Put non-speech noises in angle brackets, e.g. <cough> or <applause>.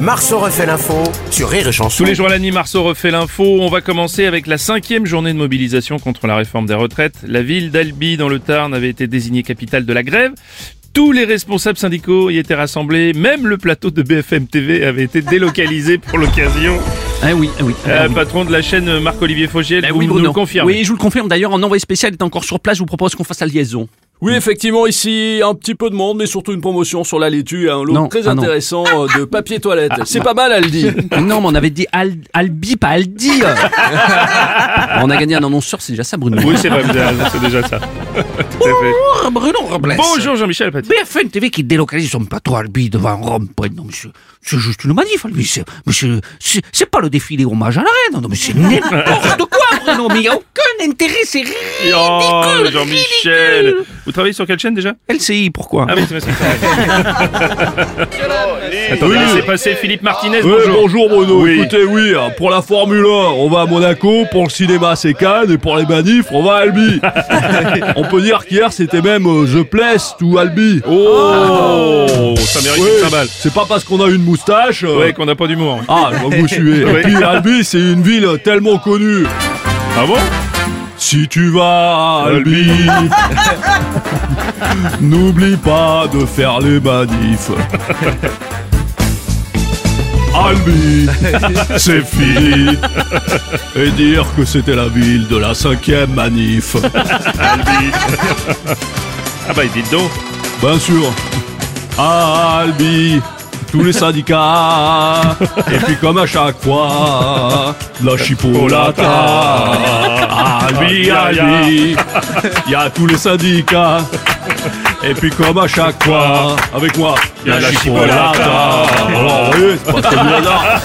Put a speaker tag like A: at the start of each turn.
A: Marceau refait l'info sur Rire et Chanson.
B: Tous les jours à la nuit, Marceau refait l'info. On va commencer avec la cinquième journée de mobilisation contre la réforme des retraites. La ville d'Albi, dans le Tarn, avait été désignée capitale de la grève. Tous les responsables syndicaux y étaient rassemblés. Même le plateau de BFM TV avait été délocalisé pour l'occasion.
C: Ah oui, ah oui.
B: Euh,
C: Ah oui.
B: patron de la chaîne euh, Marc-Olivier Fogiel,
C: Ah
B: vous
C: oui,
B: nous
C: Bruno.
B: le confirmez.
C: Oui, je vous le confirme. D'ailleurs, en envoyé spécial est encore sur place. Je vous propose qu'on fasse la liaison.
D: Oui, effectivement, ici, un petit peu de monde, mais surtout une promotion sur la laitue, un lot
C: Non,
D: très
C: ah non. Ah,
D: intéressant euh, de papier toilette. C'est pas
C: <laughs>
D: mal, Aldi. Eh,
C: non, mais on avait dit Al- Albi,
B: <laughs>
C: pas Aldi. on a gagné un annonceur, c'est déjà ça, Bruno.
B: Oui, c'est vrai, vous avez raison, c'est déjà
C: <laughs>
B: ça. Tout à fait.
C: Bonjour, Bruno Robles.
B: Bonjour Jean-Michel Paty.
C: BFM TV qui délocalise son plateau Albi devant Rome. Ouais, Non, mais c'est- c'est juste une manif, Albi. C'est- mais c'est- C'est c'est pas le défilé hommage à la reine. Non,
B: <laughs>
C: mais c'est n'importe quoi, Bruno. Mais il n'y a aucun intérêt. C'est ridicule.
B: Oh, Jean-Michel Vous travaillez sur quelle chaîne déjà
C: LCI, pourquoi
B: Ah oui, c'est parce que Attendez, laissez passer Philippe Martinez, bonjour.
D: Bruno.
B: Oui.
D: Écoutez, oui, hein, pour la Formule 1, on va à Monaco, pour le cinéma, c'est Cannes, et pour les manifs, on va à Albi. <laughs> on peut dire qu'hier, c'était même euh, The Place ou Albi.
B: Oh, ça mérite
D: Ouais,
B: une cymbale.
D: c'est pas parce qu'on a une moustache. euh,
B: Ouais, qu'on n'a pas d'humour.
D: Ah, je vois que vous <laughs> suivez.
B: Oui.
D: Et puis Albi, c'est une ville tellement connue.
B: Ah bon
D: Si tu vas à Albi, n'oublie pas de faire les manifs. Albi, c'est fini. Et dire que c'était la ville de la cinquième manif.
B: Ah bah, dites donc.
D: Bien sûr. À Albi, tous les syndicats. Et puis comme à chaque fois, la chipolata. À Albi, à Albi, il y a tous les syndicats. Et puis comme à chaque fois, avec moi, il y a la chipolata. Alors, vous voyez, c'est pas très bien là.